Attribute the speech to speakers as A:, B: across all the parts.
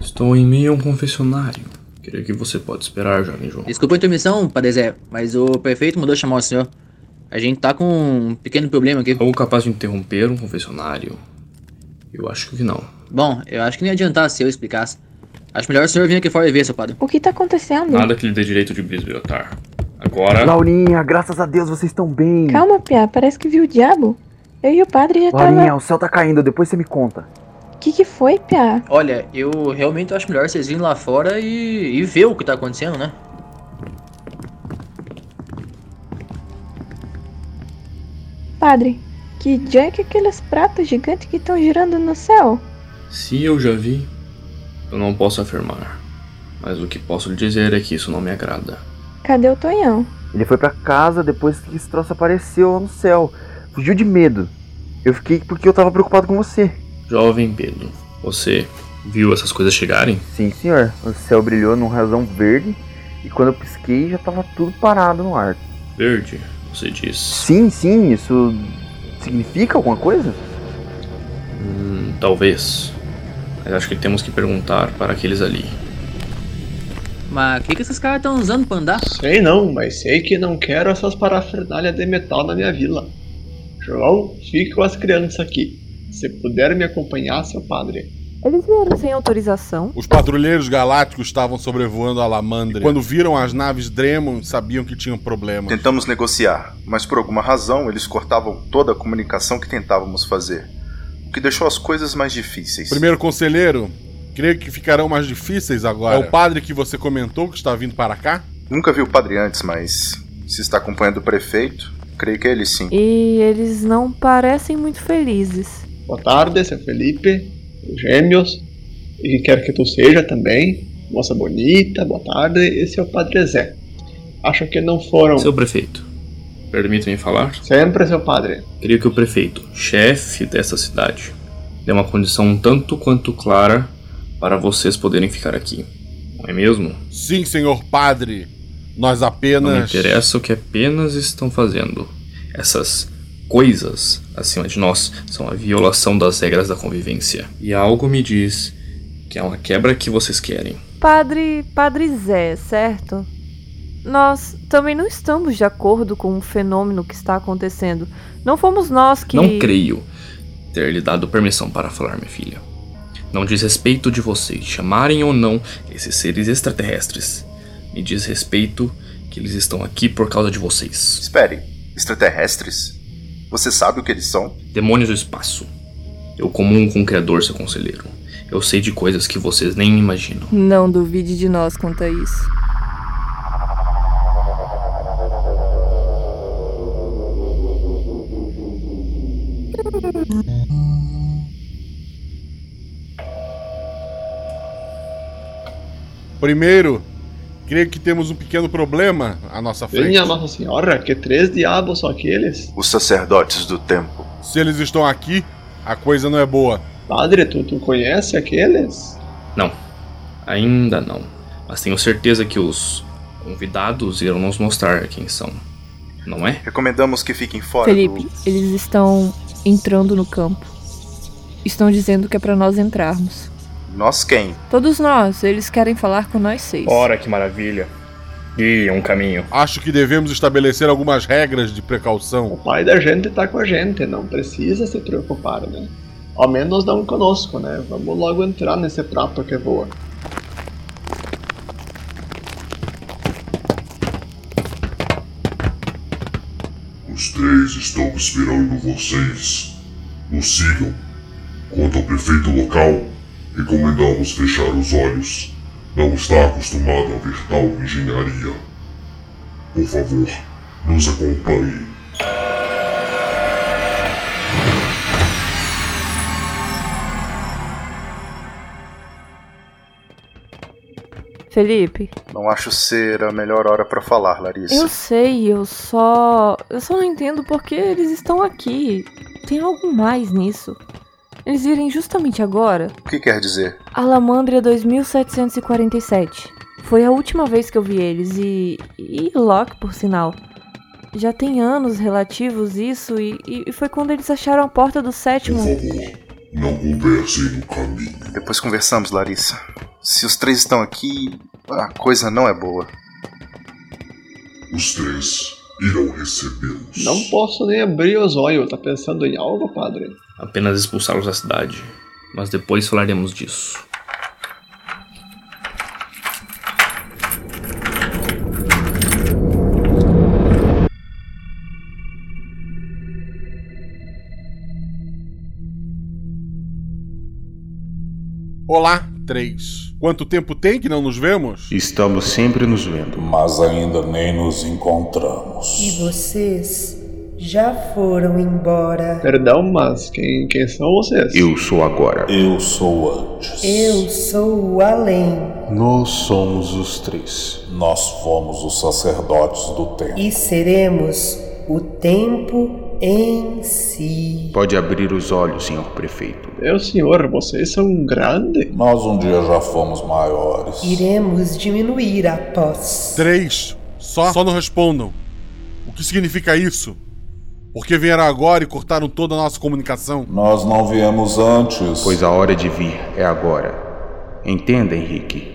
A: Estou em meio a um confessionário. Creio que você pode esperar, jovem João.
B: Desculpa a intermissão, Padezé, mas o prefeito mandou chamar o senhor. A gente tá com um pequeno problema aqui.
A: Algo capaz de interromper um confessionário? Eu acho que não.
B: Bom, eu acho que nem ia adiantar se eu explicasse. Acho melhor o senhor vir aqui fora e ver, seu padre.
C: O que tá acontecendo?
A: Nada que lhe dê direito de bisbilhotar. Agora.
D: Laurinha, graças a Deus vocês estão bem.
C: Calma, Pia, parece que viu o diabo. Eu e o padre já
D: Laurinha,
C: tava.
D: o céu tá caindo, depois você me conta.
C: O que, que foi, Pia?
B: Olha, eu realmente acho melhor vocês virem lá fora e, e ver o que tá acontecendo, né?
C: Padre, que dia é que aqueles pratos gigantes que estão girando no céu?
A: Se eu já vi, eu não posso afirmar. Mas o que posso lhe dizer é que isso não me agrada.
C: Cadê o Tonhão?
D: Ele foi pra casa depois que esse troço apareceu lá no céu. Fugiu de medo. Eu fiquei porque eu tava preocupado com você.
A: Jovem Pedro, você viu essas coisas chegarem?
D: Sim, senhor. O céu brilhou num razão verde e quando eu pisquei já tava tudo parado no ar.
A: Verde, você diz.
D: Sim, sim, isso significa alguma coisa?
A: Hum, talvez. Mas acho que temos que perguntar para aqueles ali.
B: Mas o que, que esses caras estão usando pra andar?
E: Sei não, mas sei que não quero essas parafernálias de metal na minha vila. João, fique com as crianças aqui. Se puder me acompanhar, seu padre.
F: Eles vieram sem autorização.
G: Os patrulheiros galácticos estavam sobrevoando a Lamandria. Quando viram as naves Dremon, sabiam que tinham problema.
H: Tentamos negociar, mas por alguma razão eles cortavam toda a comunicação que tentávamos fazer, o que deixou as coisas mais difíceis.
G: Primeiro conselheiro, creio que ficarão mais difíceis agora. É o padre que você comentou que está vindo para cá?
H: Nunca vi o padre antes, mas se está acompanhando o prefeito, creio que é ele sim.
F: E eles não parecem muito felizes.
E: Boa tarde, seu Felipe, os gêmeos, e quem quer que tu seja também. Moça bonita, boa tarde, e seu padre Zé. Acho que não foram.
A: Seu prefeito, permita-me falar?
E: Sempre, seu padre.
A: Creio que o prefeito, chefe dessa cidade, deu uma condição um tanto quanto clara para vocês poderem ficar aqui. Não é mesmo?
G: Sim, senhor padre. Nós
A: Não me
G: apenas.
A: interessa o que apenas estão fazendo. Essas coisas acima de nós são a violação das regras da convivência. E algo me diz que é uma quebra que vocês querem.
F: Padre. Padre Zé, certo? Nós também não estamos de acordo com o fenômeno que está acontecendo. Não fomos nós que.
A: Não creio ter lhe dado permissão para falar, minha filha. Não diz respeito de vocês chamarem ou não esses seres extraterrestres. Me diz respeito que eles estão aqui por causa de vocês.
H: Espere, extraterrestres? Você sabe o que eles são?
A: Demônios do espaço. Eu comungo com o Criador, seu conselheiro. Eu sei de coisas que vocês nem imaginam.
F: Não duvide de nós quanto a isso.
G: Primeiro, creio que temos um pequeno problema à nossa frente.
E: Venha Nossa Senhora, que três diabos são aqueles.
H: Os sacerdotes do tempo.
G: Se eles estão aqui, a coisa não é boa.
E: Padre, tu, tu conhece aqueles?
A: Não, ainda não. Mas tenho certeza que os convidados irão nos mostrar quem são. Não é?
H: Recomendamos que fiquem fora
F: Felipe,
H: do...
F: eles estão entrando no campo. Estão dizendo que é pra nós entrarmos.
H: Nós quem?
F: Todos nós, eles querem falar com nós seis.
A: Ora, que maravilha. E um caminho.
G: Acho que devemos estabelecer algumas regras de
E: O
G: precaução.
E: pai da gente tá com a gente, não precisa se preocupar, né? Ao menos não conosco, né? Vamos logo entrar nesse prato que é voa.
I: Os três estão esperando vocês. Nos sigam. Quanto ao prefeito local, recomendamos fechar os olhos. Não está acostumado a ver tal engenharia. Por favor, nos acompanhem.
F: Felipe,
H: Não acho ser a melhor hora pra falar, Larissa.
F: eu sei, eu só. Eu só não entendo porque eles estão aqui. Tem algo mais nisso. Eles virem justamente agora.
H: O que quer dizer?
F: Alamandria 2747. Foi a última vez que eu vi eles e. e Locke, por sinal. Já tem anos relativos isso e, e foi quando eles acharam a porta do
I: Por
F: sétimo.
I: favor, não conversem no caminho.
H: Depois conversamos, Larissa.
J: Se os três estão aqui, a coisa não é boa.
K: Os três irão recebê-los.
D: Não posso nem abrir os olhos. Tá pensando em algo, padre?
A: Apenas expulsá-los da cidade. Mas depois falaremos disso.
G: Olá, três. Quanto tempo tem que não nos vemos?
E: Estamos sempre nos vendo.
L: mas ainda nem nos encontramos.
H: E vocês já foram embora.
D: Perdão, mas quem, quem são vocês?
E: Eu sou agora.
L: Eu sou antes.
H: Eu sou o além
E: Nós somos os três.
L: Nós fomos os sacerdotes do tempo.
H: e seremos o tempo em si.
E: Pode abrir os olhos, senhor prefeito.
D: Meu senhor, vocês são grandes.
L: Nós um dia já fomos maiores.
H: Iremos diminuir a pós.
G: Três. Só, só não respondam. O que significa isso? Porque vieram agora e cortaram toda a nossa comunicação?
L: Nós não viemos antes.
E: Pois a hora de vir é agora. Entenda, Henrique.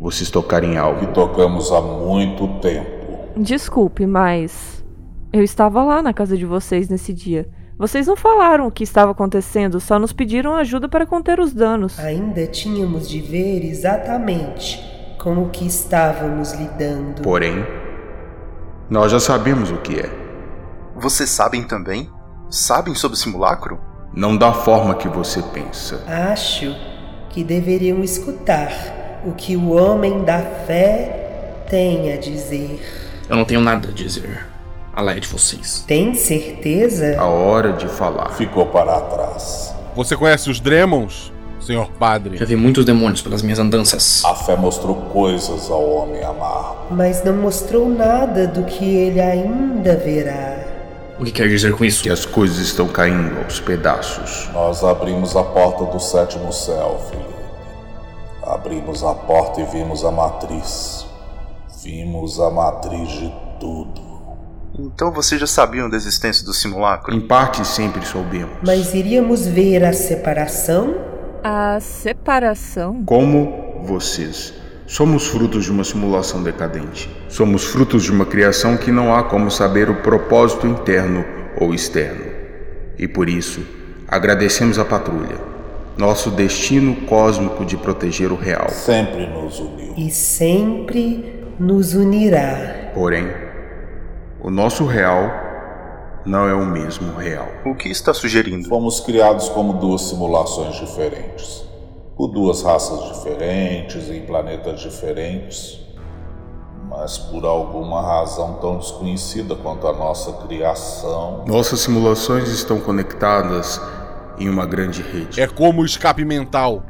E: Vocês tocarem algo.
L: Que tocamos há muito tempo.
F: Desculpe, mas. Eu estava lá na casa de vocês nesse dia. Vocês não falaram o que estava acontecendo, só nos pediram ajuda para conter os danos.
H: Ainda tínhamos de ver exatamente com o que estávamos lidando.
E: Porém, nós já sabemos o que é.
J: Vocês sabem também? Sabem sobre o simulacro?
E: Não da forma que você pensa.
H: Acho que deveriam escutar o que o homem da fé tem a dizer.
A: Eu não tenho nada a dizer. A lá é de vocês.
H: Tem certeza?
E: A hora de falar.
L: Ficou para trás.
G: Você conhece os Dremons, senhor
A: Já
G: padre?
A: vi muitos demônios pelas minhas andanças.
L: A fé mostrou coisas ao homem amargo.
H: Mas não mostrou nada do que ele ainda verá.
A: O que quer dizer com isso?
E: Que as coisas estão caindo aos pedaços.
L: Nós abrimos a porta do sétimo céu, Felipe. Abrimos a porta e vimos a matriz. Vimos a matriz de tudo.
J: Então vocês já sabiam da existência do simulacro?
E: Em parte sempre soubemos.
H: Mas iríamos ver a separação?
F: A separação?
E: Como vocês. Somos frutos de uma simulação decadente. Somos frutos de uma criação que não há como saber o propósito interno ou externo. E por isso, agradecemos à patrulha, nosso destino cósmico de proteger o real.
L: Sempre nos uniu.
H: E sempre nos unirá.
E: Porém, o nosso real não é o mesmo real.
J: O que está sugerindo?
L: Fomos criados como duas simulações diferentes, por duas raças diferentes, em planetas diferentes, mas por alguma razão tão desconhecida quanto a nossa criação.
E: Nossas simulações estão conectadas em uma grande rede.
G: É como o escape mental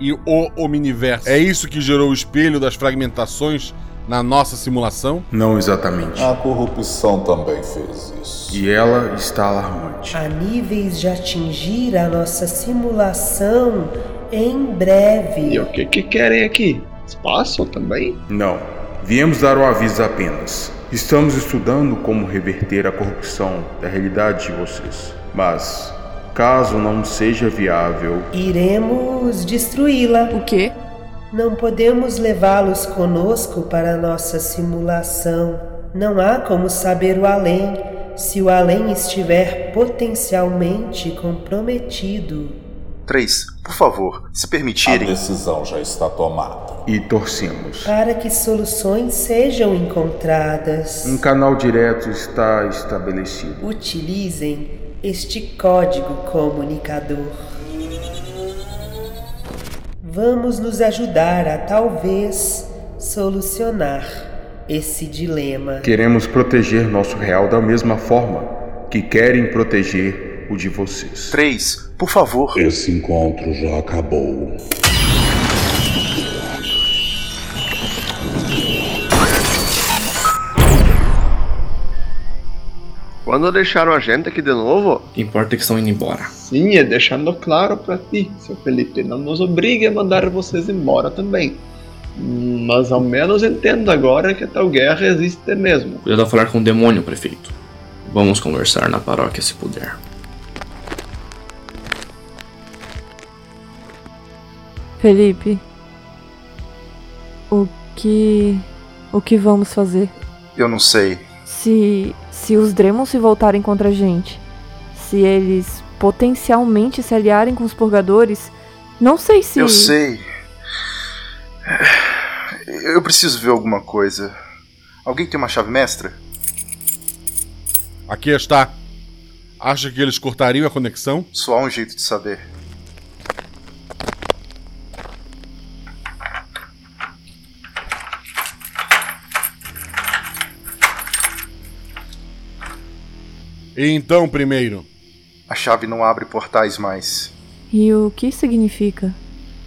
G: e o omniverso. É isso que gerou o espelho das fragmentações na nossa simulação?
E: Não exatamente.
L: A corrupção também fez isso.
E: E ela está alarmante.
H: A níveis de atingir a nossa simulação em breve.
D: E o que, que querem aqui? Espaço também?
E: Não. Viemos dar o aviso apenas. Estamos estudando como reverter a corrupção da realidade de vocês. Mas, caso não seja viável,
H: Iremos destruí-la.
F: O quê?
H: Não podemos levá-los conosco para a nossa simulação. Não há como saber o além se o além estiver potencialmente comprometido.
J: Três, por favor, se
L: A
J: permitirem.
L: decisão já está tomada.
E: e torcemos.
H: Para que soluções sejam encontradas,
E: Um canal direto está estabelecido.
H: utilizem este código comunicador. Vamos nos ajudar a talvez solucionar esse dilema.
E: Queremos proteger nosso real da mesma forma que querem proteger o de vocês.
J: Três, por favor.
K: Esse encontro já acabou.
M: Quando deixaram a gente aqui de novo?
A: O que importa é que estão indo embora.
D: Sim, é deixando claro pra ti, seu Felipe. Não nos obrigue a mandar vocês embora também. Mas ao menos entendo agora que a tal guerra existe mesmo.
A: Cuidado a falar com o demônio, prefeito. Vamos conversar na paróquia se puder.
F: Felipe, O que. O que vamos fazer?
H: Eu não sei.
F: Se. Se os Dremons se voltarem contra a gente, se eles potencialmente se aliarem com os Purgadores, não sei se.
H: Eu sei. Eu preciso ver alguma coisa. Alguém tem uma chave mestra?
G: Aqui está. Acha que eles cortariam a conexão?
H: Só há um jeito de saber.
G: E então, primeiro,
H: A chave não abre portais mais.
F: E o que significa?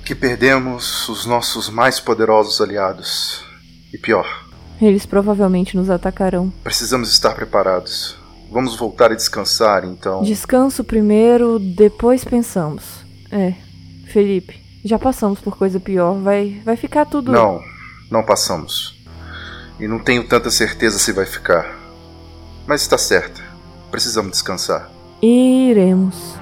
H: Que perdemos os nossos mais poderosos aliados. E pior,
F: Eles provavelmente nos atacarão.
H: precisamos estar preparados. Vamos voltar e descansar, então.
F: Descanso primeiro, depois pensamos. É, Felipe, já passamos por coisa pior. Vai, vai ficar tudo.
H: Não, não passamos. E não tenho tanta certeza se vai ficar. Mas está certa. Precisamos descansar.
F: E iremos.